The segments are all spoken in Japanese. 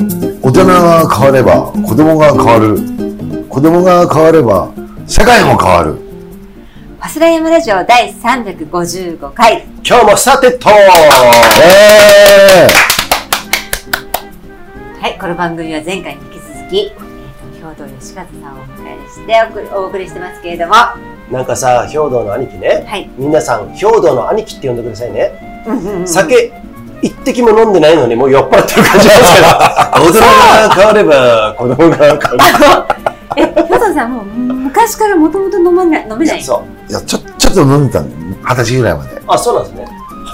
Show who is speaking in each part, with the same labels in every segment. Speaker 1: 人が変われば子供が変わる子供が変われば社会も変わる
Speaker 2: 早稲田山ラジオ第355回
Speaker 3: 今日もさてと
Speaker 1: え
Speaker 2: はいこの番組は前回に引き続き、えーと兵藤義和さんをお迎えしてお送お送りしてますけれどもは
Speaker 3: なんかさ兵道の兄貴ね
Speaker 2: い
Speaker 3: 皆さん兵道の兄貴って呼んでくださいね、
Speaker 2: 酒
Speaker 3: 酒一滴も飲んでないのにもう酔っ払ってる感じですけど大人が変われば 子供が変わる
Speaker 2: え兵藤さんもう昔からもともと飲まない飲めない
Speaker 3: そう
Speaker 1: ーいやちょちょっと飲んでたんだよ二十歳ぐらいまで
Speaker 3: あそうなんですね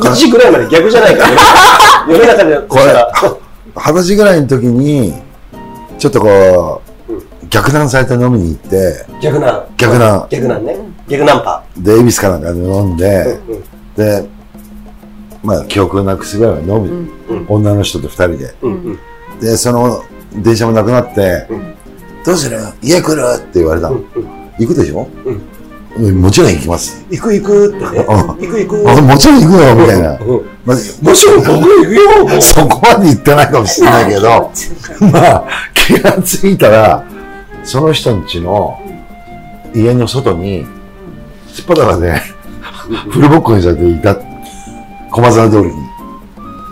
Speaker 3: 8時ぐらいまで逆じゃないからね世の中でこれ
Speaker 1: 二十歳ぐらいの時にちょっとこう、逆難されて飲みに行って
Speaker 3: 逆なん
Speaker 1: 逆なん
Speaker 3: 逆なんね逆ナンパ
Speaker 1: で恵比寿かなんかで飲ん
Speaker 3: う
Speaker 1: で、
Speaker 3: んうん
Speaker 1: でまあ記憶をなくすぐらいまで飲み、
Speaker 3: うん
Speaker 1: 女の人と二人で
Speaker 3: うんうん
Speaker 1: でその電車もなくなって、
Speaker 3: うん
Speaker 1: どうする家来るって言われた
Speaker 3: う
Speaker 1: の、
Speaker 3: んうん
Speaker 1: 行くでしょ、
Speaker 3: うん
Speaker 1: うんもちろん行きます。
Speaker 3: 行く行くってね
Speaker 1: うん
Speaker 3: 行く行く
Speaker 1: あもちろん行くよみたいな。
Speaker 3: うん
Speaker 1: まあ、
Speaker 3: もちろん僕行くよもう
Speaker 1: そこまで行ってないかもしれないけ ど、まあ、気がついたら、その人んちの家の外に、すっぱだかで、フルボッコにされていた、駒沢通りに。
Speaker 2: えなんなんでそうなっ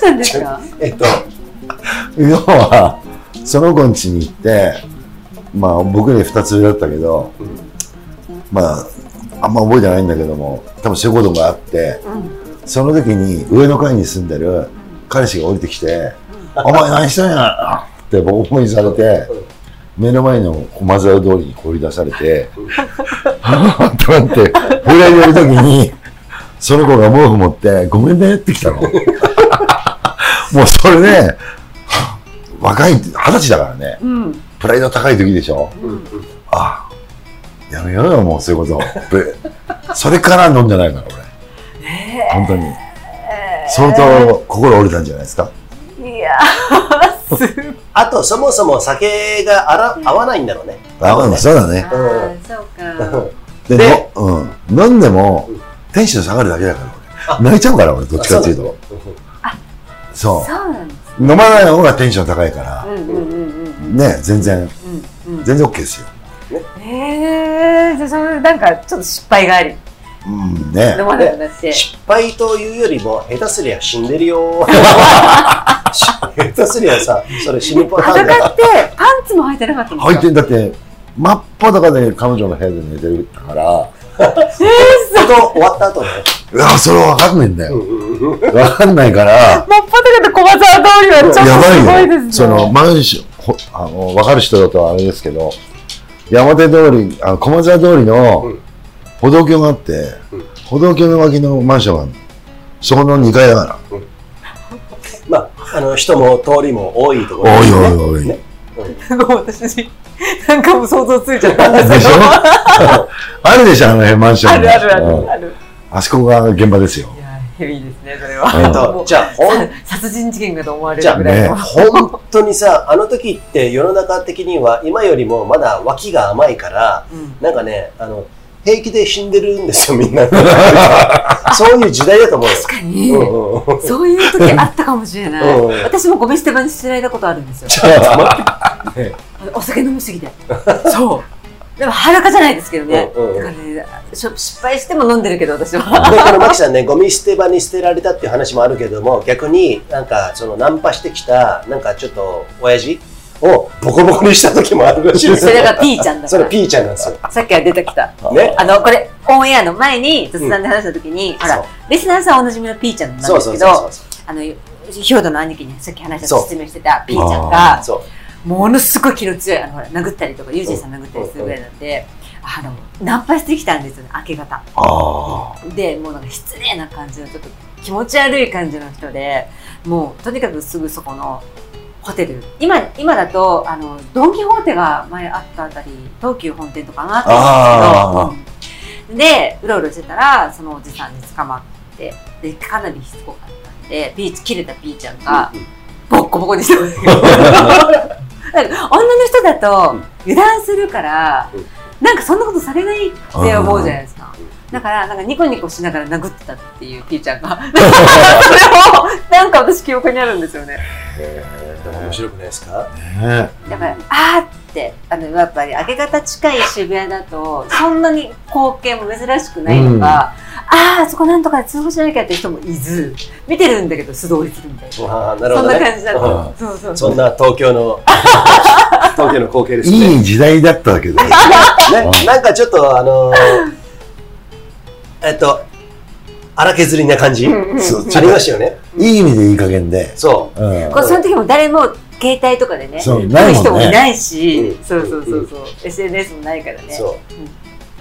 Speaker 2: たんですか
Speaker 3: えっと
Speaker 1: 要は、その子んちに行って、まあ僕より二つ上だったけど、まあ、あんま覚えてないんだけども、多分そういうことがあって、
Speaker 2: うん
Speaker 1: その時に上の階に住んでる彼氏が降りてきて、お前何してんやってボコボコにされて、目の前の駒沢通りに放り出されて、はぁとなって、振られる時に、その子が毛布持って、ごめんねって来たの。もうそれね、若い、二十歳だからね、
Speaker 2: うん
Speaker 1: プライド高い時でしょ。ああ、やめようよ、もうそういうこと。でそれから飲んじゃないから、俺。本当に。相当心折れたんじゃないですか。
Speaker 2: いやーすごい
Speaker 3: あとそもそも酒があら合わないんだろうね
Speaker 1: あ、まあ、そうだね。
Speaker 2: あーそう か
Speaker 1: で、
Speaker 3: で
Speaker 1: のうん。飲んでも、テンション下がるだけだから、俺。泣いちゃうから、俺、どっちかっていうと。そ
Speaker 2: そうなんです
Speaker 1: う。飲まない方がテンション高いから
Speaker 2: う、んうんうんうん
Speaker 1: ね、全然、
Speaker 2: うんうん
Speaker 1: 全然 OK ですよ。
Speaker 2: えー、じゃあそれなんかちょっと失敗があり
Speaker 1: うん、ね
Speaker 2: 飲。まなくなって
Speaker 3: 失敗というよりも下手すりゃ死んでるよ下手すりゃさそれ死ぬパターンだ
Speaker 2: 裸ってパンツも履いてなかったんですか
Speaker 1: 入ってだって、真っ裸で彼女の部屋で寝てるから、
Speaker 3: 本当終わった後ね
Speaker 1: うわ、それわかんねえんだ
Speaker 3: う
Speaker 1: よ。
Speaker 3: んうんうん
Speaker 1: わかんないから、
Speaker 2: 真っ裸で駒沢通りはちょっとす
Speaker 1: やばいよ。
Speaker 2: ごいですね
Speaker 1: その、マンションほ、あの、わかる人だとあれですけど、山手通り、あの駒沢通り
Speaker 3: う
Speaker 1: の
Speaker 3: ん
Speaker 1: 歩道橋があって、歩道橋の脇のマンションがあるのそこの2階だから。
Speaker 3: まああの人も通りも多いとこ
Speaker 1: お
Speaker 3: ろ
Speaker 1: い
Speaker 3: ね
Speaker 1: おいおい。
Speaker 3: ね
Speaker 2: すごい私なんかもう想像ついちゃったんです
Speaker 1: で
Speaker 2: け
Speaker 1: し
Speaker 2: ど
Speaker 1: ょあるでしょ、あの辺マンション
Speaker 2: あるあるあ
Speaker 1: うん
Speaker 2: るある
Speaker 1: あそこが現場ですよ。
Speaker 2: いやヘビーですねそれ
Speaker 1: うん
Speaker 2: は
Speaker 3: えっとじゃあほん
Speaker 2: 殺人事件かと思われるぐ
Speaker 1: じ
Speaker 2: らい
Speaker 1: ゃ
Speaker 2: の
Speaker 1: あ
Speaker 3: 本当にさあの時って世の中的には今よりもまだ脇が甘いから
Speaker 2: うん
Speaker 3: なんかねあの平気で死んでるんですよみんなそういう時代だと思うよ
Speaker 2: 確かに
Speaker 3: うんうんうん
Speaker 2: そういう時あったかもしれない
Speaker 3: うん
Speaker 2: 私もゴミ捨て場に捨てられたことあるんですよ お酒飲みすぎてそうでも裸じゃないですけどね
Speaker 3: うんうんうん
Speaker 2: だからねしょ失敗しても飲んでるけど私
Speaker 3: こ
Speaker 2: は
Speaker 3: れからマキさんね、ゴミ捨て場に捨てられたっていう話もあるけども、逆になんかそのナンパしてきた、なんかちょっと親父をボコボコにした時もあるらしいです
Speaker 2: そ
Speaker 3: よ
Speaker 2: れが P ちゃんだか
Speaker 3: それ
Speaker 2: ら
Speaker 3: P ちゃんなんですよ。
Speaker 2: さっきは出てきた
Speaker 3: ね。
Speaker 2: あの、これ、オンエアの前に、雑談で話したときに、ほ
Speaker 3: そ
Speaker 2: ら
Speaker 3: う、
Speaker 2: リスナーさんはおなじみの P ちゃんなんです
Speaker 3: そうそう
Speaker 2: け
Speaker 3: そ
Speaker 2: ど
Speaker 3: う、そ
Speaker 2: あの、兵頭の兄貴にさっき話した
Speaker 3: そう
Speaker 2: 説明してた P ちゃん
Speaker 3: う。
Speaker 2: が、
Speaker 3: そう。
Speaker 2: ものすごい気の強い、あの、ほら、殴ったりとか、ユージンさん殴ったりするぐらいなんで、あの、ナンパしてきたんですよね、明け方。
Speaker 1: ああ。
Speaker 2: で、もうなんか失礼な感じの、ちょっと気持ち悪い感じの人で、もう、とにかくすぐそこの、ホテル今今だとあのドン・キホーテが前あったあたり東急本店とかがあった
Speaker 1: ああ
Speaker 2: うんで、うろうろしてたら、そのおじさんに捕まって、で、かなりしつこかったんで、ビーチ、切れたピーちゃんが、ボッコボコにしたんですよ。 なんか女の人だと、油断するから、なんかそんなことされないって思うじゃないですか。 だから、なんかニコニコしながら殴ってたっていうピーちゃんが、それを、なんか私記憶にあるんですよね
Speaker 3: でも面白くないですか
Speaker 1: ね
Speaker 2: だからあーってあのやっぱり明け方近い渋谷だとそんなに光景も珍しくないのが、あーあそこなんとかで通報しなきゃって人もいず見てるんだけど素通りするみたいな
Speaker 3: ああ、なる
Speaker 2: そ
Speaker 3: ほ
Speaker 2: ん
Speaker 3: ど
Speaker 2: な
Speaker 3: ね。
Speaker 2: 感じだった、そうそう
Speaker 3: そんな東京の、東京の光景ですね。
Speaker 1: いい時代だった けど、
Speaker 3: ね、なんかちょっとあのーえっと、荒削りな感じ、
Speaker 2: うんうんうん
Speaker 1: そう
Speaker 3: ありましたよね。
Speaker 1: いい意味でいい加減で。
Speaker 3: そ
Speaker 1: うん
Speaker 2: こうその時も誰も携帯とかでね
Speaker 1: そう、
Speaker 2: 見
Speaker 1: な
Speaker 2: る
Speaker 1: い
Speaker 2: 人
Speaker 1: も
Speaker 2: も
Speaker 1: ん
Speaker 2: い
Speaker 1: ね。
Speaker 2: ないし、
Speaker 3: うん
Speaker 2: そうそうそうそう、SNS もないから
Speaker 3: う、
Speaker 2: ね
Speaker 3: そ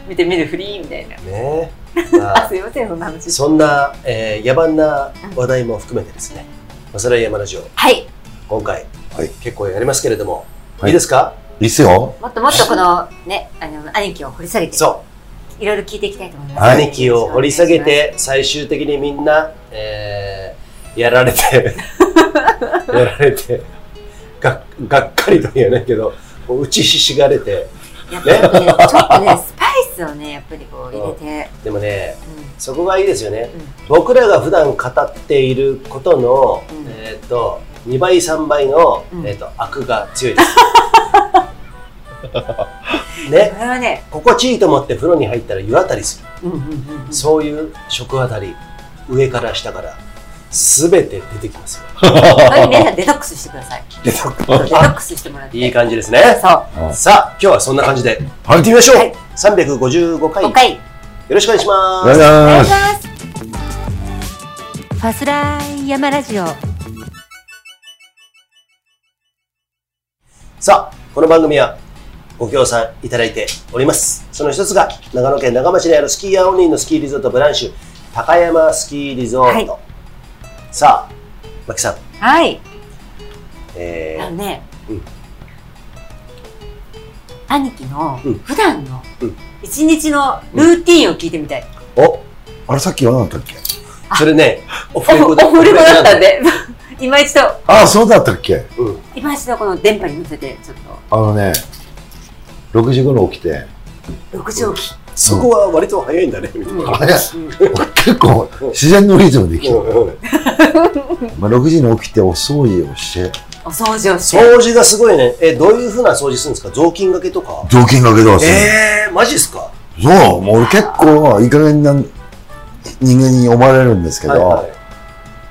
Speaker 2: 見て見るフリーみたいな
Speaker 3: う。ねま
Speaker 2: あ
Speaker 3: あ、
Speaker 2: すいませんそんな話
Speaker 3: そんな、えー野蛮な話題も含めてですね、マサライヤマラジオ、
Speaker 2: はい
Speaker 3: 今回、
Speaker 1: はい
Speaker 3: 結構やりますけれども、
Speaker 1: はい
Speaker 3: い、いですか
Speaker 1: いいっすよ。
Speaker 2: もっともっとこのねあの兄貴を掘り下げて
Speaker 3: そう。
Speaker 2: いろいろ聞いていきたいと思います、
Speaker 1: はい
Speaker 3: 兄貴を掘り下げて最終的にみんな、えー やられてやられてががっかりとは言えないけどこう打ちひしがれて
Speaker 2: やっぱりね ちょっとねスパイスをねやっぱりこう入れて、
Speaker 3: でもね
Speaker 2: うん
Speaker 3: そこがいいですよね、
Speaker 2: う
Speaker 3: 僕らが普段語っていることの、
Speaker 2: うん
Speaker 3: えーっと2倍3倍の、
Speaker 2: うん
Speaker 3: えーっと悪が強いです ね
Speaker 2: これはね
Speaker 3: 心地いいと思って風呂に入ったら湯あたりす
Speaker 2: う
Speaker 3: る
Speaker 2: んうんうんうん
Speaker 3: そういう食あたり、上から下から、すべて出てきますよ。
Speaker 2: こ れ皆さんデトックスしてください
Speaker 3: 出てくる
Speaker 2: デトックスしてもらって
Speaker 3: いい感じですね。
Speaker 2: そう
Speaker 3: さあ、今日はそんな感じで、
Speaker 1: はい
Speaker 3: 行ってみましょう、
Speaker 2: はい
Speaker 3: !355 回、
Speaker 2: 5
Speaker 3: よ
Speaker 2: 回
Speaker 3: ろしくお願いしま
Speaker 1: ありがとうご
Speaker 3: す。
Speaker 1: ざいます。
Speaker 2: ます。ファスライヤマラジオ。
Speaker 3: さあ、この番組は、ご協賛いただいております。その一つが、長野県長町にあるスキーヤーオンリーのスキーリゾートブランシュ、高山スキーリゾート。
Speaker 2: は
Speaker 3: さあ、マキさん、
Speaker 2: はい。
Speaker 3: え
Speaker 2: あの
Speaker 3: ー、
Speaker 2: ね、
Speaker 3: うん
Speaker 2: 兄貴の
Speaker 3: うん
Speaker 2: 普段の
Speaker 3: うん
Speaker 2: 一日のルーティンを聞いてみたい。
Speaker 3: お、
Speaker 1: あれさっき言わなかったっけ
Speaker 3: それね、オフ
Speaker 2: オ
Speaker 3: レ
Speaker 2: フ
Speaker 3: コ
Speaker 2: オフレコだったん。で、 今一度、
Speaker 1: ああ、そうだったっけ
Speaker 3: うん、
Speaker 2: 今一度この電波に乗せて、ちょっ
Speaker 1: あのね、6時頃起きて、
Speaker 2: と、6時起き。
Speaker 3: そこは割と早いんだね、みたいな。
Speaker 1: 早い
Speaker 2: うん
Speaker 1: 結構自然のリズムで来て
Speaker 3: う
Speaker 1: る。
Speaker 3: んうん
Speaker 1: まあ、6時に起きてお掃除をして、
Speaker 2: お掃除をして。
Speaker 3: 掃除がすごいね。え、どういうふうな掃除するんですか雑巾がけとか
Speaker 1: 雑巾掛けとかする。
Speaker 3: えー、マジですか
Speaker 1: そう、もう俺結構いい加減な人間に思われるんですけど、
Speaker 3: はいはい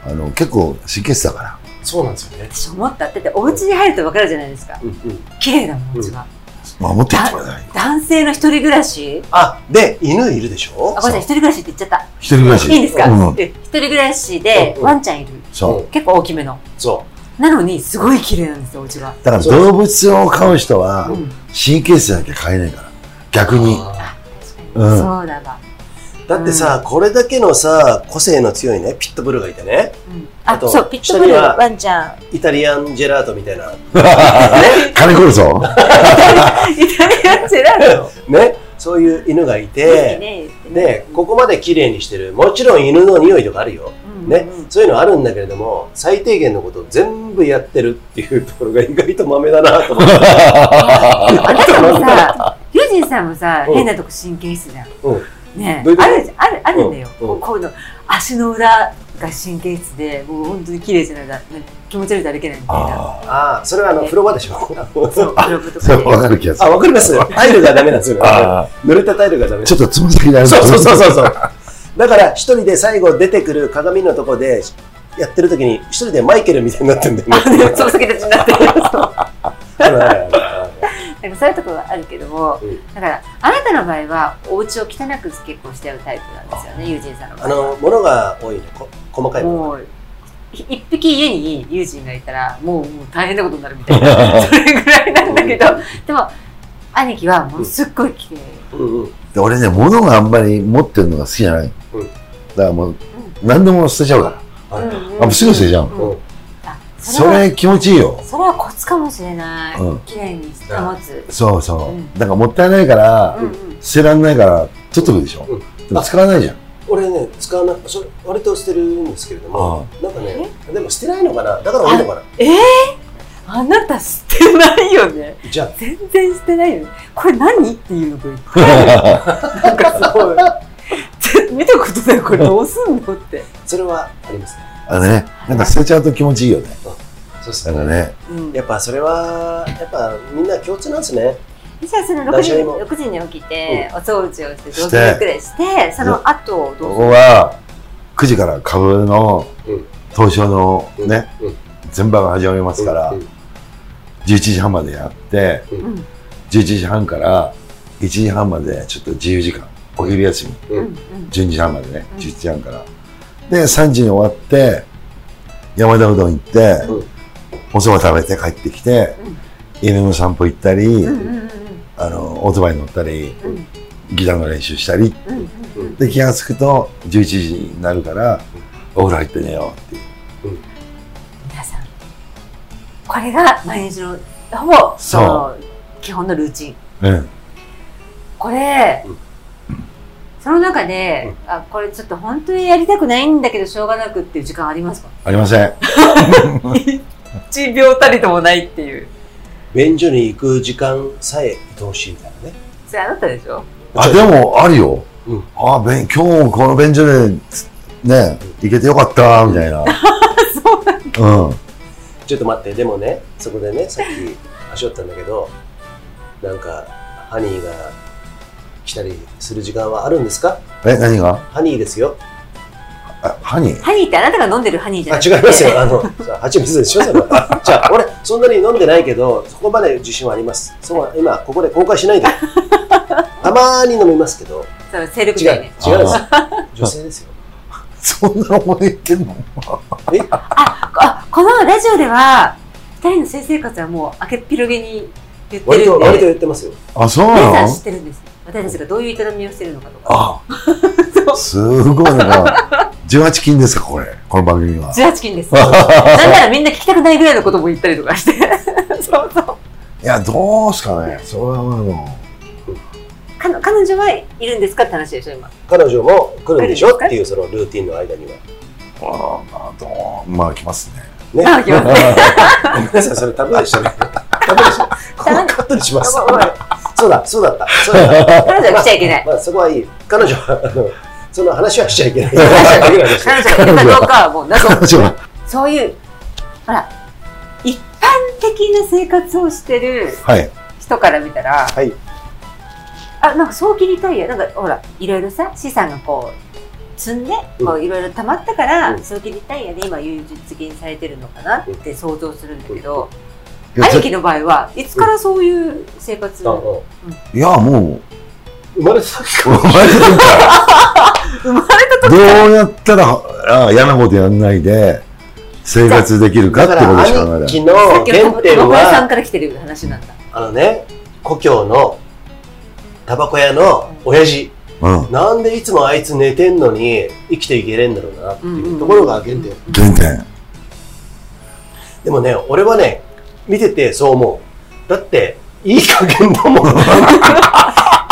Speaker 1: あの結構神経質だから。
Speaker 3: そうなんですよね。
Speaker 2: 私思ったってって、お家に入ると分かるじゃないですか。
Speaker 3: うんうん。
Speaker 2: 綺麗だもん、お家が。
Speaker 1: 守ってやってくれない。
Speaker 2: 男性の一人暮らし
Speaker 3: あ、で、犬いるでしょ
Speaker 2: あ、ごめんなさい、一人暮らしって言っちゃった。
Speaker 1: 一人暮らし。
Speaker 2: いいんですか、
Speaker 1: うん
Speaker 2: え一人暮らしで
Speaker 3: うんうん
Speaker 2: ワンちゃんいる。
Speaker 1: そう。
Speaker 2: 結構大きめの。
Speaker 3: そ
Speaker 2: なのに、すごい綺麗なんですよ、お家が。
Speaker 1: だから動物を飼う人は
Speaker 2: うん
Speaker 1: 神経質じゃなきゃ飼えないから。逆
Speaker 3: う。
Speaker 1: に。
Speaker 3: あ
Speaker 1: うん
Speaker 2: そうだわ。
Speaker 3: ーだってさ、これだけのさ、個性の強いね、ピットブルがいてね、
Speaker 2: うん
Speaker 3: あ
Speaker 2: あ、
Speaker 3: と
Speaker 2: そう、ピットブ
Speaker 3: 下に
Speaker 2: ル
Speaker 3: は
Speaker 2: ワンち ゃん。
Speaker 3: イタリアンジェラートみたいな、
Speaker 1: 金来るぞ。
Speaker 2: イタリアンジェラート。
Speaker 3: ね、そういう犬がいて、
Speaker 2: ね
Speaker 3: で、ここまで綺麗にしてる。もちろん犬の匂いとかあるよ。ね、そういうのあるんだけれども、最低限のことを全部やってるっていうところが意外と豆だなと 思って。
Speaker 2: あなたもさ、ユージンさんもさ、
Speaker 3: うん
Speaker 2: 変なとこ神経質じゃん
Speaker 3: うん。
Speaker 2: ね
Speaker 3: どういうこと
Speaker 2: あるじゃんある、あるんだよ。
Speaker 3: うん
Speaker 2: こうこういうの、足の裏が神経質で、もう本当に綺麗じゃないだ、気持ち悪いと歩けないみたいな。
Speaker 1: あ
Speaker 3: ああ、それはあの、風呂場でし
Speaker 2: そ
Speaker 3: ょ。
Speaker 2: う、グローブ
Speaker 1: あ、
Speaker 2: と
Speaker 1: そ
Speaker 2: か
Speaker 1: れ
Speaker 2: で。
Speaker 1: わかる気がす
Speaker 3: あ、
Speaker 1: る。
Speaker 3: わかりますタイルがダメなんですよね。
Speaker 1: あ
Speaker 3: 濡れたタイルがダメ
Speaker 1: ちょっとつま先でやる
Speaker 3: そうそうそうそうそう。だから、一人で最後出てくる鏡のとこで、やってる時に、一人でマイケルみたいになってんだよね。
Speaker 2: あ のつま先立ちに なってる。そう
Speaker 3: はいはいはい
Speaker 2: なんかそういうところはあるけども、
Speaker 3: うん
Speaker 2: だからあなたの場合はお家を汚く結構しちゃうタイプなんですよね、友人さんの場
Speaker 3: あ
Speaker 2: 合は。
Speaker 3: の、物が多いね。こ細かいもの。
Speaker 2: もうひ一匹家に友人がいたらもうもう大変なことになるみたい なそれぐらいなんだけど、でも兄貴はもうすっごい綺麗、
Speaker 3: うんうん。
Speaker 1: で俺ね、物があんまり持ってるのが好きじゃない。
Speaker 3: うん
Speaker 1: だからもう、何でも捨てちゃうから。
Speaker 3: あ
Speaker 2: うん
Speaker 3: れ
Speaker 2: うん
Speaker 1: あもうすぐ捨てちゃう
Speaker 3: うん
Speaker 2: あそ
Speaker 1: そ
Speaker 2: れは
Speaker 1: れ気持ちいいよ。
Speaker 2: それはコツかもしれない、
Speaker 1: うん
Speaker 2: 綺麗に保つ、。
Speaker 1: そうそううんだからもったいないから
Speaker 2: うん、うん
Speaker 1: 捨てらんないから、取っとくでしょ
Speaker 3: うん。
Speaker 1: でも使わないじゃん。
Speaker 3: 俺ね、使わな、それ、割と捨てるんですけれども、なんかね、でも捨てないのかなだから多いのかな
Speaker 2: えー、あなた捨てないよね
Speaker 3: じゃあ、
Speaker 2: 全然捨てないよねこれ何っていうのこれなんかすごい。見たことない、これどうすんのって。
Speaker 3: それはありますね。
Speaker 1: あのね、なんか捨てちゃうと気持ちいいよね。
Speaker 3: そうです
Speaker 1: なんか
Speaker 3: ね。
Speaker 1: ね、
Speaker 2: うん
Speaker 3: やっぱそれは、やっぱみんな共通なんですね。
Speaker 2: 実はその6
Speaker 3: 来
Speaker 2: 時
Speaker 3: 週
Speaker 2: に
Speaker 3: も
Speaker 2: 6時に起きて、お掃除をして、
Speaker 1: して
Speaker 2: 雑巾くらいして、その後ど
Speaker 1: こ
Speaker 2: うする
Speaker 1: こは9時から株の
Speaker 3: うん
Speaker 1: 東証の
Speaker 3: うん
Speaker 1: ね、、
Speaker 3: うん
Speaker 1: 全場が始まりますから
Speaker 3: うん、うん
Speaker 1: 11時半までやって、
Speaker 2: うん
Speaker 1: 11時半から1時半までちょっと自由時間、お昼休み、
Speaker 2: うんう
Speaker 3: う
Speaker 2: んん
Speaker 1: 12時半までね、
Speaker 2: うん
Speaker 1: 11時半から。で、3時に終わって、山田うどん行って
Speaker 3: うん、
Speaker 1: おそば食べて帰ってきて、犬の散歩行ったり、
Speaker 2: うんうんうん
Speaker 1: あの、オートバイ乗ったり、
Speaker 2: うんうん
Speaker 1: ギターの練習したり、
Speaker 2: うんうん
Speaker 1: で、気がつくと11時になるから、お風呂入って寝ようっていう。
Speaker 2: 皆さんこれが毎日のほぼその基本のルーチン
Speaker 1: うん。
Speaker 2: これ、
Speaker 3: うん
Speaker 2: その中で、あこれちょっと本当にやりたくないんだけどしょうがなくっていう時間ありますか
Speaker 1: ありません。
Speaker 2: 1秒たりともないっていう
Speaker 3: 便所に行く時間さえ愛おしいみたいなね。
Speaker 2: それあなたでしょ
Speaker 1: あ、でも、あるよ。
Speaker 3: うん
Speaker 1: あ、べん今日この便所で、つね、行けてよかった、みたいな。うん。
Speaker 3: ちょっと待って、でもね、そこでね、さっき足折ったんだけど、なんか、ハニーが来たりする時間はあるんですか
Speaker 1: え、何が
Speaker 3: ハニーですよ。
Speaker 1: あ、ハニー
Speaker 2: ハニーってあなたが飲んでるハニーじゃ
Speaker 3: あ、
Speaker 2: なくて
Speaker 3: 違いますよ。あの、さ蜂蜜でしょ、それは。じゃあ、俺、そんなに飲んでないけど、そこまで自信はあります。そう、今、ここで公開しない で。たまーに飲みますけど、
Speaker 2: その精力
Speaker 3: 違う、違
Speaker 2: 剤
Speaker 3: うんで
Speaker 2: ね
Speaker 3: す。女性ですよ。
Speaker 1: そんな思い言ってんの
Speaker 2: あこのラジオでは2人の性生活はもう明けっぴろげに言って
Speaker 3: 割
Speaker 2: る
Speaker 3: と、
Speaker 2: ん
Speaker 3: 割と
Speaker 2: で
Speaker 3: 言ってますよ。
Speaker 1: あ、そう
Speaker 2: 皆さ
Speaker 1: なんの
Speaker 2: 知ってるんです私たちがどういう営みをしてるのかとか
Speaker 1: あ、すごいな。18禁ですか、これ。この番組は。
Speaker 2: 18禁ですなんならみんな聞きたくないぐらいのことも言ったりとかして そうそう
Speaker 1: いや、どうすかね。それはも
Speaker 2: 彼彼女はいるんですかって話でしょ今
Speaker 3: 彼女も来るんでしょっていう、そのルーティンの間には。
Speaker 1: う、あまあ、どう、まあ、来ます ね。
Speaker 3: ね。
Speaker 2: あ来ます
Speaker 3: ごめんなさい、 それタブーでしたね。タブーでした。ここカットにします。そうだ、そうだった。そうだった。
Speaker 2: 彼女は来ちゃいけない
Speaker 3: まあ、そこはいい。彼女は、あの、その話はしちゃいけない。
Speaker 2: 彼女がいるかどうかはもう謎
Speaker 1: 彼女は、
Speaker 2: そういうほら一般的な生活をしてる
Speaker 1: はい。
Speaker 2: 人から見たら、
Speaker 3: はい
Speaker 2: あなんか早期リタイアなんかほらいろいろさ資産がこう積んで
Speaker 3: うん
Speaker 2: こういろいろ貯まったから、
Speaker 3: うん
Speaker 2: 早期リタイアで今有実現されてるのかなって想像するんだけど、
Speaker 1: いや、
Speaker 2: 兄
Speaker 1: ぜ
Speaker 2: 貴の場合はいつからそういう生活、
Speaker 1: いやもう、
Speaker 3: 生まれた時
Speaker 1: 生まれてる
Speaker 2: 生まれ
Speaker 1: から、どうやったらあ嫌なことやんないで、生活できるか
Speaker 3: だ
Speaker 1: って
Speaker 3: か
Speaker 1: こと
Speaker 3: ら、
Speaker 1: しかな
Speaker 3: 兄
Speaker 1: い。
Speaker 3: 貴の
Speaker 2: さっきの
Speaker 3: 原点
Speaker 2: 友達さん
Speaker 3: は、
Speaker 2: から来てる話なんだ
Speaker 3: あのね、故郷の、タバコ屋の親父。
Speaker 1: うん。
Speaker 3: なんでいつもあいつ寝てんのに、生きていけれんだろうなっていうところが原点。
Speaker 1: 原点。
Speaker 3: でもね、俺はね、見ててそう思う。だって、いい加減だもん。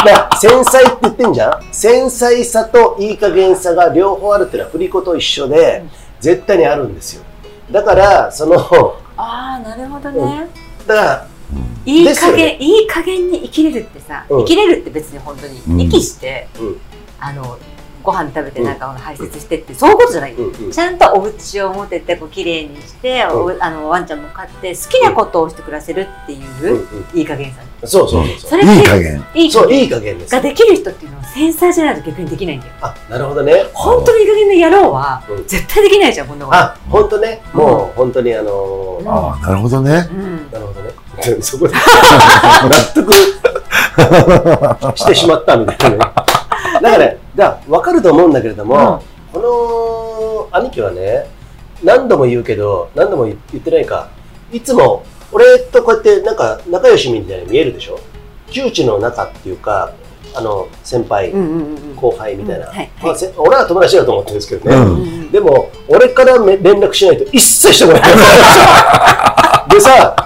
Speaker 3: な繊細って言ってんじゃん繊細さといい加減さが両方あるってのは振り子と一緒で、絶対にあるんですよ。だから、その、だか
Speaker 2: ああなるほど
Speaker 3: ね
Speaker 2: ね、
Speaker 3: ら、
Speaker 2: いい
Speaker 3: です
Speaker 2: 加
Speaker 3: よ
Speaker 2: 減、
Speaker 3: ね
Speaker 2: いい加減に生きれるってさ、
Speaker 3: うん
Speaker 2: 生きれるって別に本当に、
Speaker 1: うん
Speaker 2: 息して、
Speaker 3: うん
Speaker 2: あのご飯食べてなんか排泄してって、そういうことじゃないよ、
Speaker 3: うんうん
Speaker 2: ちゃんとお家を持ててこう綺麗にして、おあのワンちゃんも飼って好きなことをして暮らせるっていう、
Speaker 3: うん
Speaker 2: いい加減さ
Speaker 3: うんそうそうそうそ。
Speaker 2: そうれ
Speaker 1: いい
Speaker 2: って
Speaker 1: 加減。
Speaker 2: いい加
Speaker 3: そう、
Speaker 2: 減
Speaker 3: いい加減です
Speaker 2: が。できる人っていうのは繊細じゃないと逆にできないんだよ
Speaker 3: あ、なるほどね。
Speaker 2: 本当にいい加減な野郎は
Speaker 3: うん
Speaker 2: 絶対できないじゃんこんなこと
Speaker 3: あ、本当ね。もう、本当にあのー
Speaker 1: ああ、なるほど ね。
Speaker 2: うん
Speaker 3: なるほどね。 そこで、納得してしまったみたいなね。だからね、だ分かると思うんだけれども、この兄貴はね、何度も言うけど、何度も言ってないか、いつも俺とこうやってなんか仲良しみたいに見えるでしょ窮地の中っていうか、あの、先輩、
Speaker 2: うんうんうんうん
Speaker 3: 後輩みたいな。
Speaker 2: うんはい
Speaker 3: まあせ俺は友達だと思ってるんですけどね。
Speaker 1: うん
Speaker 2: うんうん
Speaker 3: でも、俺からめ連絡しないと一切してもらえない。 でさ、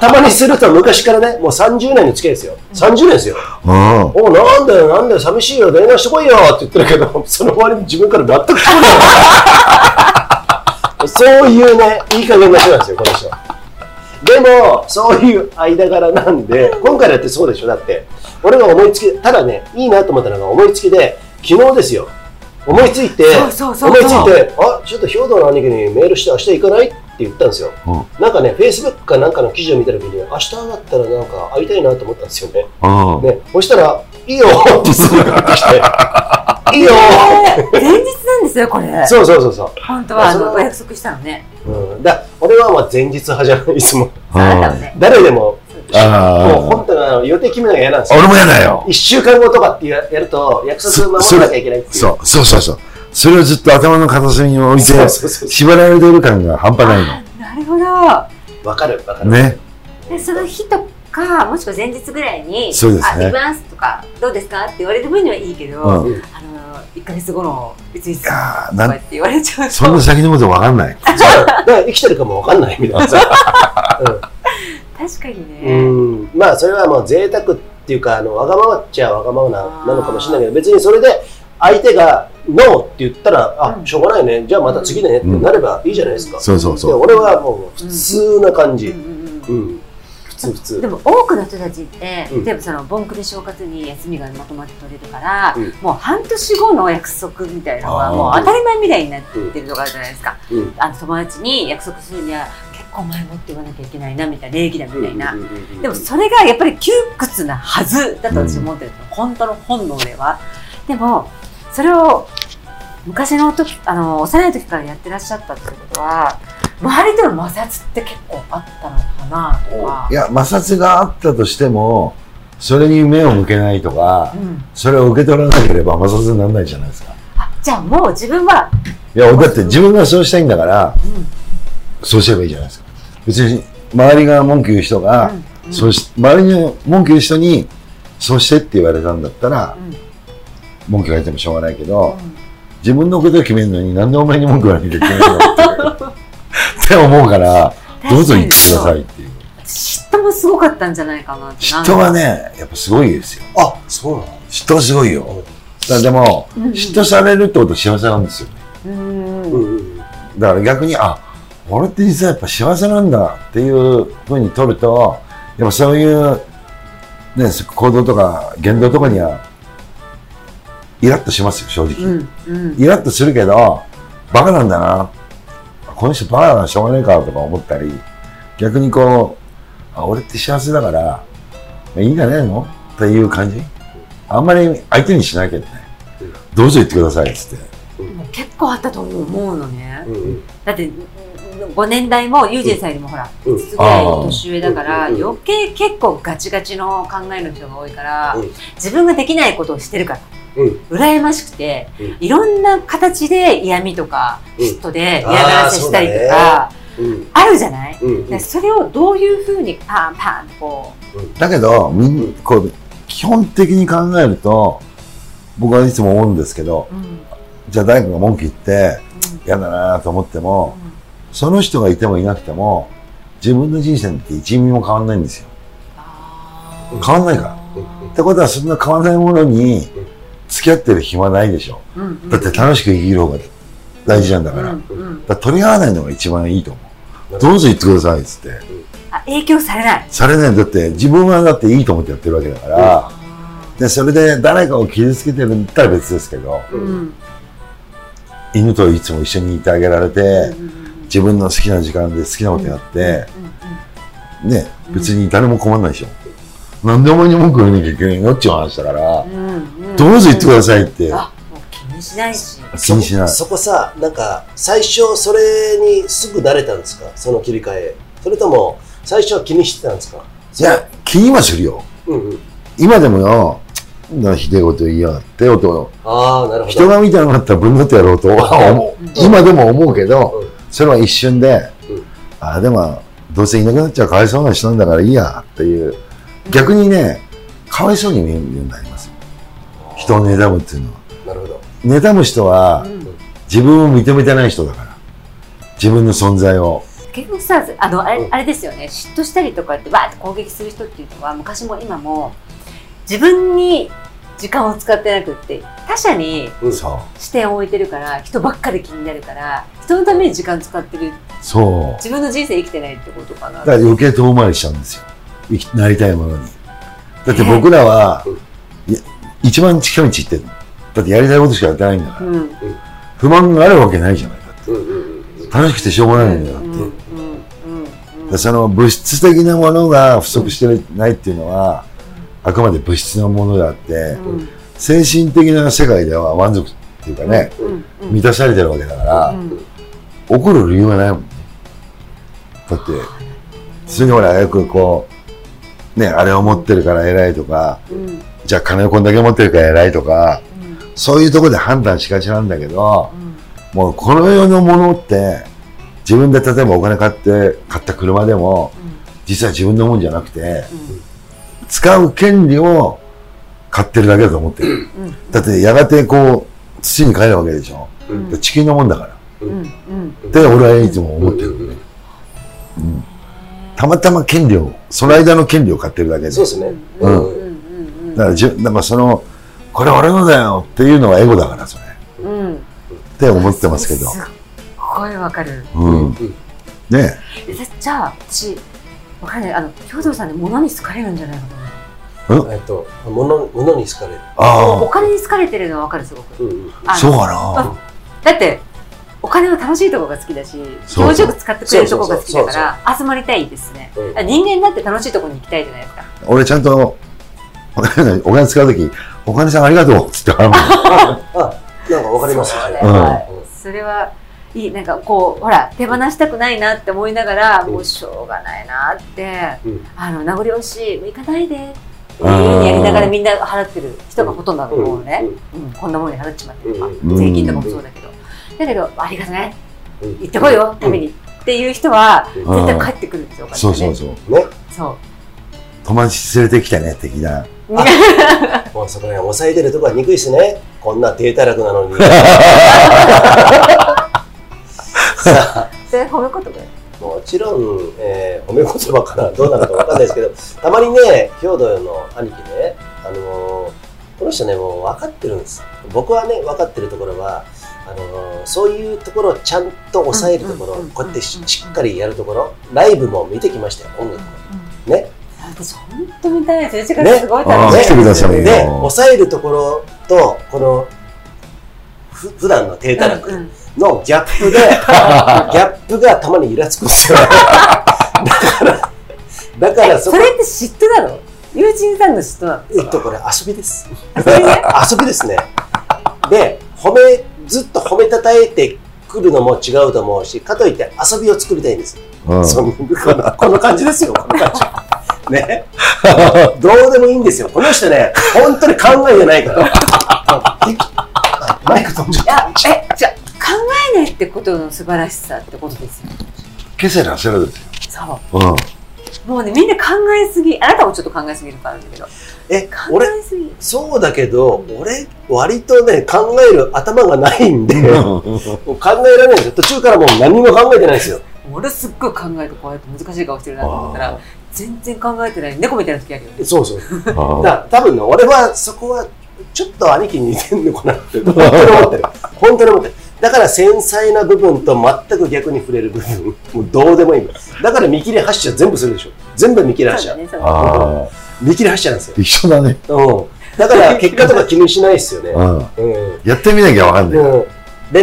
Speaker 3: たまにすると昔からね、もう30年の付き合いですよ。30年ですよ。
Speaker 1: うん。
Speaker 3: おうなんだよ、なんだよ、寂しいよ、電話してこいよって言ってるけど、その割に自分から納得してこない。 そういうね、いい加減な人なんですよ、この人。でも、そういう間柄なんで、今回だってそうでしょ、だって。俺が思いつき、ただね、いいなと思ったのが思いつきで、昨日ですよ。思いついて、
Speaker 2: そうそうそう
Speaker 3: 思いつ
Speaker 2: そ
Speaker 3: いうて、あちょっと兵頭の兄貴にメールして、明日行かないって言ったんですよ、
Speaker 1: う
Speaker 3: なんかね、フェイスブックかなんかの記事を見たときに、明日だったらなんか会いたいなと思ったんですよね、
Speaker 1: うん。
Speaker 3: ねそしたら、いいよってすぐ言ってきて、いいよ
Speaker 2: えー前日なんですよ、これ。
Speaker 3: そうそうそうそ
Speaker 2: 本当は、あ
Speaker 3: そう
Speaker 2: の、お約束したのね。
Speaker 3: う、うん、だ俺はまあ前日派じゃない、いつも、
Speaker 2: そうだったのね。
Speaker 3: 誰でも、
Speaker 1: あ
Speaker 3: もう
Speaker 1: あ
Speaker 3: 本。当にあの予定決めるのが嫌なんですよ、
Speaker 1: 俺も嫌だよ。
Speaker 3: 1週間後とかってややると、約束守らなきゃいけないっていう。
Speaker 1: そう、そうそうそう。それをずっと頭の片隅に置いて
Speaker 3: そう、そうそう
Speaker 1: 縛られてる感が半端ない
Speaker 2: なるほど。
Speaker 3: わかるわかる。
Speaker 1: の。ね。
Speaker 2: でその日とか、もしくは前日ぐらいに、
Speaker 1: そうですね
Speaker 2: あ、行きますとか、どうですかって言われてもいいのはいいけど、
Speaker 1: うん。い
Speaker 3: うん
Speaker 2: あの、1ヶ月後の、別に、とか
Speaker 1: やーなん
Speaker 2: って言われちゃうと。
Speaker 1: そんな先のことわかんない。
Speaker 3: そうだから生きてるかもわかんないみたいなさ。
Speaker 2: 確かに
Speaker 3: う
Speaker 2: ね。
Speaker 3: ん。まあそれはもう贅沢っていうか、あのわがままっちゃわがまま
Speaker 2: あ
Speaker 3: な
Speaker 2: ー
Speaker 3: なのかもしれないけど、別にそれで相手がノーって言ったら、あ、
Speaker 2: うん
Speaker 3: しょうがないね、じゃあまた次ねってなればいいじゃないですか。
Speaker 1: そうそう
Speaker 3: で
Speaker 1: そう。
Speaker 3: 俺はもう普通な感じ。
Speaker 2: うんうんうん
Speaker 3: うん。普通普通
Speaker 2: で。も多くの人たちって、
Speaker 3: うん
Speaker 2: 例えばその盆暮れ正月に休みがまとまって取れるから、
Speaker 3: うん
Speaker 2: もう半年後の約束みたいなのは
Speaker 1: あー
Speaker 2: もう当たり前みたいになってるのがあるじゃないですか、
Speaker 3: うん
Speaker 2: あの友達に約束するには結構前もって言わなきゃいけないなみたいな礼儀だみたいな、
Speaker 3: うんうんうんうん
Speaker 2: でもそれがやっぱり窮屈なはずだと私思ってるの、本当の本能ではでもそれを昔の時あの幼い時からやってらっしゃったってことは周りとの摩擦って結構あったのかなとか
Speaker 1: い。や、摩擦があったとしても、それに目を向けないとか
Speaker 2: う、ん
Speaker 1: それを受け取らなければ摩擦にならないじゃないですか。
Speaker 2: あじゃあもう自分は、
Speaker 1: いや、だって自分がそうしたいんだから、そうすればいいじゃないですか。別に、周りが文句言う人が、
Speaker 2: うん
Speaker 1: そうし、周りに文句言う人に、そうしてって言われたんだったら、
Speaker 2: うん
Speaker 1: 文句言われてもしょうがないけ
Speaker 2: う
Speaker 1: ど、
Speaker 2: ん
Speaker 1: 自分のことを決めるのに、なんでお前に文句言わなきゃいけないのっていうって思うから、どうぞ言ってくださいっていう。
Speaker 2: 嫉妬もすごかったんじゃないかなって
Speaker 1: 嫉妬はね、やっぱすごいですよ。
Speaker 3: あ、そうなの
Speaker 1: 嫉妬はすごいよ。だからでも、
Speaker 2: うんうん
Speaker 1: 嫉妬されるってことは幸せなんですよ。
Speaker 2: うん
Speaker 3: う
Speaker 2: うんん
Speaker 3: うん
Speaker 1: だから逆に、あ、俺って実はやっぱ幸せなんだっていうふうに取ると、やっぱそういう、ね、行動とか言動とかには、イラッとしますよ、正直。
Speaker 2: うんうん
Speaker 1: イラッとするけど、バカなんだな。この人バカだな、しょうがないかとか思ったり、逆にこう、あ俺って幸せだから、いいんじゃないのっていう感じ。あんまり相手にしないけどね。どうぞ言ってください、つって。
Speaker 2: もう結構あったと思うのね
Speaker 3: うんうん
Speaker 2: だってご年代もユージンさんよりもほら
Speaker 3: うん
Speaker 2: 5つぐらい年上だから
Speaker 3: うんうんうん
Speaker 2: 余計結構ガチガチの考えの人が多いから
Speaker 3: うん
Speaker 2: 自分ができないことをしてるから
Speaker 3: うん
Speaker 2: 羨ましくて
Speaker 3: うん
Speaker 2: いろんな形で嫌味とか
Speaker 3: うん
Speaker 2: 嫉妬で嫌がらせしたりとか
Speaker 3: うん
Speaker 2: あるじゃない
Speaker 3: うん
Speaker 2: でそれをどういうふうにパンパンとこ
Speaker 1: だけど、みんこう、基本的に考えると、僕はいつも思うんですけど、
Speaker 2: う、うん
Speaker 1: じゃあ誰かが文句言って、嫌だなと思っても、その人がいてもいなくても、自分の人生って一味も変わんないんですよ。変わんないから。ってことはそんな変わらないものに付き合ってる暇ないでしょ。だって楽しく生きる方が大事なんだ
Speaker 2: だ
Speaker 1: から。だ
Speaker 2: う
Speaker 1: か
Speaker 2: んうん、
Speaker 1: ら取り合わないのが一番いいと思
Speaker 3: う
Speaker 1: う。
Speaker 3: ん
Speaker 1: どうぞ言ってくださいっつって。
Speaker 2: あ影響されない
Speaker 1: されない。だって自分はだっていいと思ってやってるわけだから。で、それで誰かを傷つけてるんだったら別ですけど、
Speaker 2: うんうん
Speaker 1: 犬といつも一緒にいてあげられ
Speaker 2: うん
Speaker 1: て、
Speaker 2: うん
Speaker 1: 自分の好きな時間で好きなことやって、
Speaker 2: うん
Speaker 1: ね、別に誰も困んないでしょ。なんでお前に文句言わなきゃいけないのっていう話だから、
Speaker 2: うんうん
Speaker 1: どうぞ言ってくださいって
Speaker 2: あもう気にしないし
Speaker 1: 気にしない。
Speaker 3: そこさなんか最初それにすぐ慣れたんですかその切り替えそれとも最初は気にしてたんですか
Speaker 1: いや、気にはするよ。
Speaker 3: うんうん
Speaker 1: 今でもよ、なひでえこと言いやがって、音を。
Speaker 3: ああなるほど
Speaker 1: 人が見てなかったらぶんってやろうとは 思う。今でも思うけど、
Speaker 3: うん
Speaker 1: それは一瞬で
Speaker 3: うん、
Speaker 1: ああ、でも、どうせいなくなっちゃかわいそうな人なんだからいいや、っていう。逆にね、かわいそうに見えるようになりますよ。人を妬むっていうのは。
Speaker 3: なるほど
Speaker 1: 妬む人は
Speaker 2: う、ん
Speaker 1: 自分を認めてない人だから。自分の存在を。
Speaker 2: 結局さあのあれ
Speaker 3: うん
Speaker 2: あれですよね嫉妬したりとかってわーって攻撃する人っていうのは昔も今も自分に時間を使ってなくって他者に
Speaker 3: うん
Speaker 1: そ
Speaker 2: 視点を置いてるから人ばっかり気になるから人のために時間使ってる
Speaker 1: う。そう。
Speaker 2: 自分の人生生きてないってことかな
Speaker 1: だから余計遠回りしちゃうんですよ。生きなりたいものに。だって僕らは、
Speaker 3: う
Speaker 1: い一番近道ってだってやりたいことしかやってないんだか
Speaker 2: う
Speaker 1: ら。
Speaker 2: ん。
Speaker 1: 不満があるわけないじゃないかって。
Speaker 3: うんうんうん
Speaker 1: 楽しくてしょうが
Speaker 2: う
Speaker 1: なんいんだよって。
Speaker 2: うんうんうん
Speaker 1: その物質的なものが不足してないっていうのは、あくまで物質なものであって、
Speaker 2: うん
Speaker 1: 精神的な世界では満足っていうかね、
Speaker 2: うんうん
Speaker 1: 満たされてるわけだから、
Speaker 2: うん
Speaker 1: 怒る理由はないもんね。だって、それにほら、よくこう、ね、あれを持ってるから偉いとか、
Speaker 2: うんうん
Speaker 1: じゃあ金をこんだけ持ってるから偉いとか、そういうところで判断しがちなんだけど、もうこの世のものって、自分で例えばお金買って、買った車でも、実は自分のもんじゃなくて、使う権利を買ってるだけだと思ってる。
Speaker 2: うん
Speaker 1: だってやがてこう、土に帰るわけでしょ。
Speaker 2: うん
Speaker 1: 地球のもんだから。
Speaker 2: うんうん
Speaker 1: って俺はいつも思ってる。
Speaker 3: うんうんうん
Speaker 1: たまたま権利を、その間の権利を買ってるだけで。
Speaker 3: そうですね。
Speaker 1: う
Speaker 2: うん
Speaker 1: ん
Speaker 2: うんうんうん
Speaker 1: だからじゅ、なんかその、これ俺のだよっていうのはエゴだから、それ。っ
Speaker 2: うん
Speaker 1: て思ってますけど。
Speaker 2: すっごいわかる
Speaker 1: うん。ね
Speaker 2: えじゃあ私わかんないあの兵頭さんで物に好かれるんじゃないかと思う
Speaker 3: えっと、物物に好かれる。
Speaker 1: あ
Speaker 2: お金に好かれてるのはわかるすごく
Speaker 3: うんうん
Speaker 1: あ、
Speaker 2: あ
Speaker 1: そう
Speaker 2: の
Speaker 1: か
Speaker 2: だってお金は楽しいとこが好きだし気
Speaker 1: そう
Speaker 2: 持ちよく使ってくれるとこが好きだ
Speaker 3: そうそうそう
Speaker 2: から集まりたいですね
Speaker 3: うん
Speaker 2: だから人間だって楽しいとこに行きたいじゃないですか
Speaker 1: な。俺ちゃんと、 お金お金使うとき、お金さんありがとうっつって払うもん。
Speaker 3: あ、なんかわかります。
Speaker 2: そうだ
Speaker 1: うん
Speaker 2: よねそれはいいなんかこうほら手放したくないなって思いながら、
Speaker 3: うん
Speaker 2: もうしょうがないなって、
Speaker 3: うん
Speaker 2: あの名残惜しいもう行かないでっていう
Speaker 1: あー
Speaker 2: ふうにやりながらみんな払ってる人がほとんどだと思うのね、うんこんなものに払っちまってるとか、
Speaker 1: うん
Speaker 2: 税金とかもそうだけど、だけどありがとね
Speaker 3: うん
Speaker 2: 行ってこいよ食べ。に、っていう人は
Speaker 3: うん
Speaker 1: うん
Speaker 2: 絶対帰ってくるんですよ、お金
Speaker 1: そう
Speaker 2: が
Speaker 1: そう
Speaker 2: ね、
Speaker 1: そう。
Speaker 2: そう
Speaker 1: 友達連れてきたね、的な。
Speaker 3: もうそこら辺抑えてるとこは憎いですね。こんな低たらくなのに。さあ、
Speaker 2: それ褒め言葉よ
Speaker 3: もちろん、えー褒め言葉からどうなるかわかんないですけど、たまにね、兵頭の兄貴ね、あのーこの人ね、もう分かってるんです。僕はね、分かってるところは、あのーそういうところをちゃんと抑えるところ、
Speaker 2: うんうんうんうん
Speaker 3: こうやってししっかりやるところ、ライブも見てきましたよ、音楽も。ね。
Speaker 2: 私本当見たいですよ時間すごい
Speaker 1: あ
Speaker 2: 楽し
Speaker 1: ー
Speaker 2: い
Speaker 1: 来てくださいよ
Speaker 3: で、抑えるところと、この、ふ普段の低たらく
Speaker 2: うんうん
Speaker 3: のギャ ップで、ギャップがたまにイラつくんですよ。だから、だからそ
Speaker 2: そ
Speaker 3: こ、
Speaker 2: れって嫉妬なの友人さんの嫉妬なの
Speaker 3: えっと、これ遊びです。
Speaker 2: それね
Speaker 3: 遊びですね。で、褒め、ずっと褒めたたえてくるのも違うと思うし、かといって遊びを作りたいんです。
Speaker 1: うん。
Speaker 3: そ のこのこの感じですよ、この感じ。ね。どうでもいいんですよ。この人ね、本当に考えてないから。 マイク飛んじゃっ
Speaker 2: いやえじゃあ考えないってことの素晴らしさってことですよ
Speaker 1: 消せる焦るですよ。
Speaker 2: そ
Speaker 1: うん。
Speaker 2: うもうねみんな考えすぎあなたもちょっと考えすぎるからあるんだけど
Speaker 3: た。え、
Speaker 2: 考
Speaker 3: 俺、
Speaker 2: えすぎ
Speaker 3: そうだけど、俺、割とね、考える頭がないんで、もう考えられないんですよ。途中からもう何も考えてないんですよ。
Speaker 2: 俺すっごい考えてこうやって難しい顔してるなと思った
Speaker 1: あ
Speaker 2: ら全然考えてない猫みたいな時あるよね
Speaker 3: そうそう。
Speaker 1: あ
Speaker 3: だ多分ね、俺はそこはちょっと兄貴に似てんのかな って、本当に思ってる。本当に思ってる。だから繊細な部分と全く逆に触れる部分、もうどうでもいい。だから見切り発車全部するでしょ。全部見切り発
Speaker 2: そうだ
Speaker 3: 車。
Speaker 2: ねそうだね
Speaker 1: あ
Speaker 3: 見切り発車なんですよ。
Speaker 1: ー。一緒だね。
Speaker 3: うん。だから結果とか気にしないですよね。
Speaker 1: うん。
Speaker 3: うん。
Speaker 1: やってみなきゃわかんない。
Speaker 3: うんで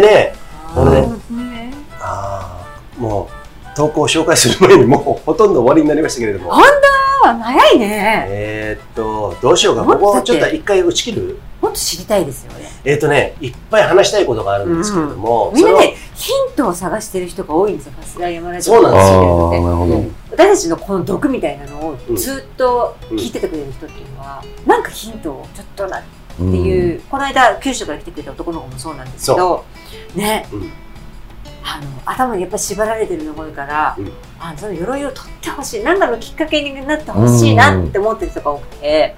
Speaker 1: だ
Speaker 3: ね、
Speaker 1: ね
Speaker 2: あーね
Speaker 3: あーもう投稿を紹介する前にもうほとんど終わりになりましたけれども。
Speaker 2: 本当は早いね
Speaker 3: えーっと、どうしようか。
Speaker 2: もっ
Speaker 3: ことこをちょっと一回打ち切る
Speaker 2: もっと知りたいですよね
Speaker 3: えーっとね、いっぱい話したいことがあるんですけれども、
Speaker 2: みん
Speaker 3: それ
Speaker 2: な
Speaker 3: を
Speaker 2: ねヒントを探してる人が多いんですよ春日山ラジオ
Speaker 3: そうなん
Speaker 1: あ
Speaker 3: です
Speaker 1: あー、
Speaker 2: 聞いてる人って
Speaker 1: なるほど。
Speaker 2: 私たちのこの毒みたいなのを
Speaker 3: うん
Speaker 2: ずっと聞いててくれる人っていうのは、なんかヒントをちょっとなって
Speaker 1: うん
Speaker 2: いう、この間九州から来てくれた男の子もそうなんですけどね、
Speaker 3: うん
Speaker 2: あの頭にやっぱり縛られてるのが多いから、
Speaker 3: うん
Speaker 2: あのその鎧を取ってほしい何かのきっかけになってほしいなって思ってる人が多くて、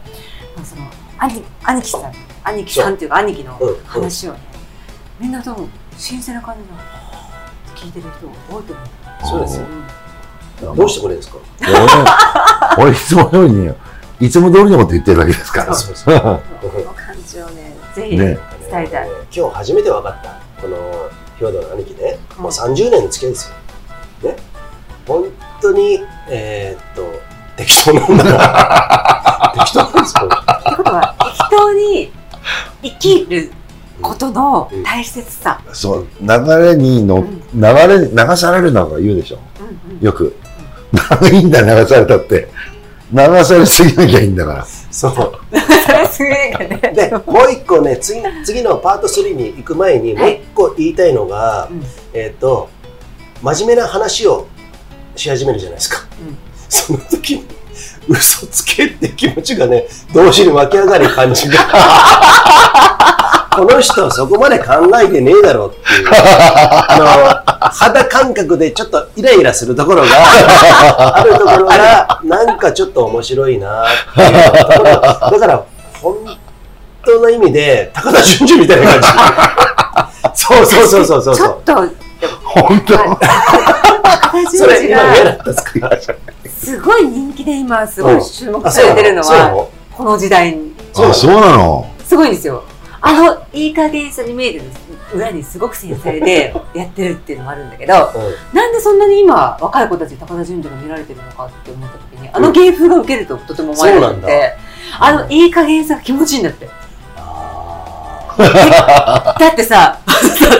Speaker 2: まあその兄兄貴さん兄貴さんっていうか兄貴の
Speaker 3: うんうん
Speaker 2: 話をね、みんな多分新鮮な感じのはぁって聞いてる人が多いと思う。
Speaker 3: そうですよ
Speaker 2: うん
Speaker 3: どうしてこれですか
Speaker 1: いや 俺、俺いつものように、いつも通りのこと言ってるだけですから。
Speaker 3: そうそう
Speaker 2: この感じをね、ぜひ、
Speaker 1: ね。
Speaker 2: 伝えたい
Speaker 3: 今日初めて分かったこの兵頭の兄貴ね
Speaker 2: うん
Speaker 3: もう30年の付き合いですよね本当にえーっと適当なんだ な適当なんですよ
Speaker 2: ってことは適当に生きることの大切さ。
Speaker 1: そう流れにの流れ流されるなとか言うでしょ
Speaker 2: うんうん
Speaker 1: よくいいんだ流されたって流されすぎなきゃいいんだから
Speaker 3: そう。
Speaker 2: それすごいなんかね
Speaker 3: で、もう一個ね、次、次のパート3に行く前に、もう一個言いたいのが、
Speaker 2: うん
Speaker 3: えっ、と、真面目な話をし始めるじゃないですか。
Speaker 2: うん
Speaker 3: その時に、嘘つけって気持ちがね、同時に湧き上がる感 じが。この人はそこまで考えてねえだろうっていう。あの、肌感覚でちょっとイライラするところが、あるところが、なんかちょっと面白いなっていうところがだから、本当の意味で、高田純次みたい な感じ。そうそうそうそうそう
Speaker 2: ち
Speaker 3: そ
Speaker 2: ょ
Speaker 3: う
Speaker 2: っ。と、
Speaker 1: 本当
Speaker 2: 形
Speaker 3: それ、
Speaker 2: が
Speaker 3: 今嫌だったんですか
Speaker 2: すごい人気で今、すごい注目
Speaker 3: あ
Speaker 2: されてるの
Speaker 3: そうな
Speaker 2: は、
Speaker 3: の
Speaker 2: この時代に。
Speaker 3: そうな
Speaker 1: あ
Speaker 3: の
Speaker 1: そうなの
Speaker 2: すごいんですよ。あの、いい加減さに見えてる裏にすごく繊細でやってるっていうのもあるんだけど、
Speaker 3: そうなの
Speaker 2: なんでそんなに今、若い子たちに高田純次が見られてるのかって思った時に、あの芸風が受けるととても思われ
Speaker 3: そう
Speaker 2: な
Speaker 3: なん
Speaker 2: く
Speaker 3: だ
Speaker 2: て、あのいい加減さが気持ちいいんだって。
Speaker 3: あ
Speaker 2: だってさ、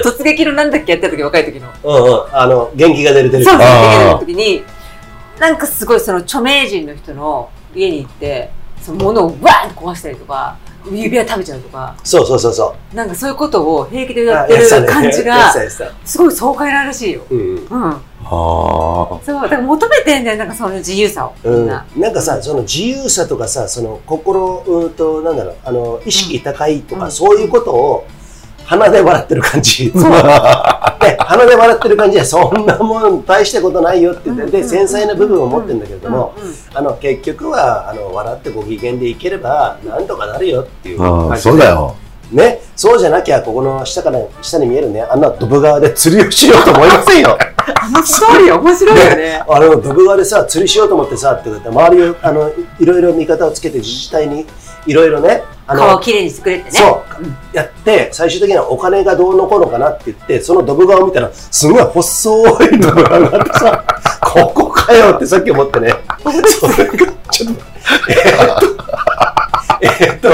Speaker 2: 突撃のなんだっけやってた時、若い時の。
Speaker 3: ーうんうん。あの、元気が出る出
Speaker 2: そう、
Speaker 3: る。
Speaker 2: 突
Speaker 1: あ
Speaker 2: 撃の時に、なんかすごいその著名人の人の家に行って、その物をわーンと壊したりとか、指輪食べちゃうとか、
Speaker 3: そうそうそうそう。
Speaker 2: なんかそういうことを平気でや
Speaker 3: あ
Speaker 2: ってる
Speaker 3: たね
Speaker 2: 感じ
Speaker 3: やっ
Speaker 2: が
Speaker 3: てた、やってた
Speaker 2: すごい爽快ならしいよ。
Speaker 3: うんうん
Speaker 2: うん。
Speaker 1: あ
Speaker 2: そう、だから求めてんだよ、なんかその自由さを。みんな。
Speaker 3: うん、なんかさその自由さとかさその心うんとなんだろうあの意識高いとか、
Speaker 2: うん
Speaker 3: そういうことを鼻で笑ってる感じ
Speaker 2: そう
Speaker 3: で鼻で笑ってる感じはそんなもん大したことないよって
Speaker 2: うん
Speaker 3: で繊細な部分を持ってるんだけれども、
Speaker 2: うんうん
Speaker 3: あの結局はあの笑ってご機嫌でいければなんとかなるよっていう
Speaker 1: あ、う
Speaker 3: 感
Speaker 1: ん、
Speaker 3: じで
Speaker 1: そうだよ
Speaker 3: ねそうじゃなきゃここの下から下に見えるねあんなドブ川で釣りをしようと思いませんよ
Speaker 2: 面白いよ、面白いよ ね。
Speaker 3: あのドブ川でさ釣りしようと思ってさって言って周りをあのいろいろ見方をつけて自治体にいろいろねあの
Speaker 2: 顔をきれいにしてくれってね。
Speaker 3: そう、
Speaker 2: うん
Speaker 3: やって最終的にはお金がどうのこうのかなって言ってそのドブ川を見たらすごい細いドブ川があってさ ここかよってさっき思ってねそれがちょっとえーっとえーっと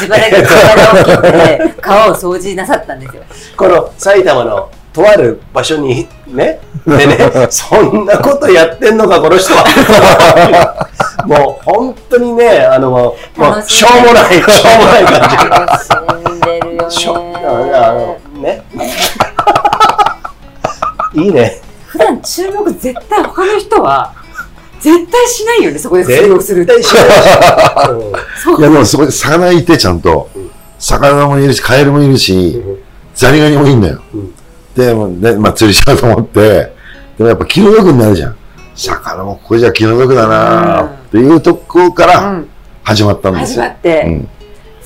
Speaker 2: 自腹で自腹を切って、川を掃除なさったんですよ。
Speaker 3: この埼玉のとある場所に ねでねそんなことやってんのかこの人は もう本当にね、あの、もう、もう
Speaker 2: 楽しい
Speaker 3: しょうも ない、しょうもない感
Speaker 2: 楽しんでるよね。
Speaker 3: じ。しょあのね。いいね。
Speaker 2: 普段注目絶対他の人は、絶対しないよね、そこで注目するって。
Speaker 3: 絶対しないうん
Speaker 2: そう
Speaker 1: いやでもそこで魚いてちゃんと
Speaker 3: うん
Speaker 1: 魚もいるしカエルもいるしザリガニもいんだよ
Speaker 3: うん
Speaker 1: でもうね、まあ、釣りしようと思ってでもやっぱ気の毒になるじゃん魚もここじゃ気の毒だなーっていうとこから
Speaker 2: う
Speaker 1: 始まった
Speaker 2: ん、
Speaker 1: んです
Speaker 2: 始
Speaker 1: よ、
Speaker 2: まって、
Speaker 1: うん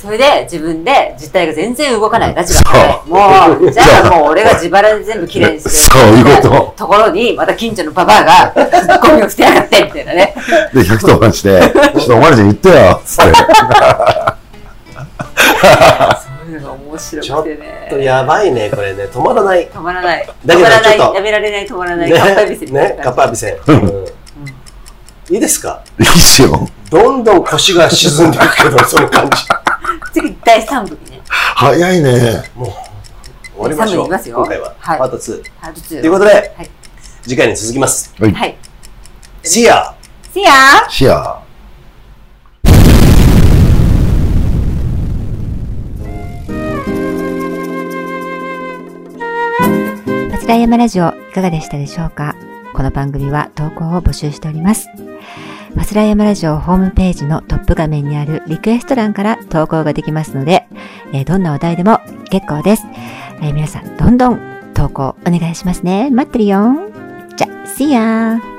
Speaker 2: それで自分で実態が全然動かない、ガチガチ
Speaker 1: そ
Speaker 2: もう、じゃあもう俺が自腹で全部きれいにする。。
Speaker 1: そういうこと
Speaker 2: ところに、また近所のババア が、ゴミを捨てやがって、みたいなね。
Speaker 1: で、100と話して、ちょっとお前らに言ってよ、つって。
Speaker 2: そういうのが面白
Speaker 3: ちょっ
Speaker 2: くてね
Speaker 3: と。やばいね、これね。止まらない。
Speaker 2: 止まらない。
Speaker 3: だけ
Speaker 2: 止ま
Speaker 3: ど
Speaker 2: らな
Speaker 3: ちょっ
Speaker 2: い。
Speaker 3: と
Speaker 2: やめられない、止まらない。
Speaker 3: ね
Speaker 2: カッパビスみたい
Speaker 3: ね、
Speaker 2: な
Speaker 3: カッ
Speaker 2: 感
Speaker 3: パービセ。うんいいですか
Speaker 1: いいっすよ。
Speaker 3: どんどん腰が沈んでいくけど、その感じ。
Speaker 2: じ。次、第3部にね、
Speaker 1: 早いね。
Speaker 3: 終わりまし
Speaker 2: 三部
Speaker 3: ょう。
Speaker 2: いきますよ
Speaker 3: 今回は。パ
Speaker 2: はい
Speaker 3: ート2。
Speaker 2: ハート
Speaker 3: という
Speaker 2: 2。
Speaker 3: ことで
Speaker 2: はい、
Speaker 3: 次回に続きます。
Speaker 1: はい。
Speaker 2: はい。
Speaker 3: See ya!
Speaker 2: See ya!
Speaker 1: シェア。
Speaker 4: パチライヤマラジオいかがでしたでしょうかこの番組は投稿を募集しております。パチライヤマラジオホームページのトップ画面にあるリクエスト欄から投稿ができますので、えーどんなお題でも結構です。えー皆さん、どんどん投稿お願いしますね。待ってるよ。じゃ、See ya!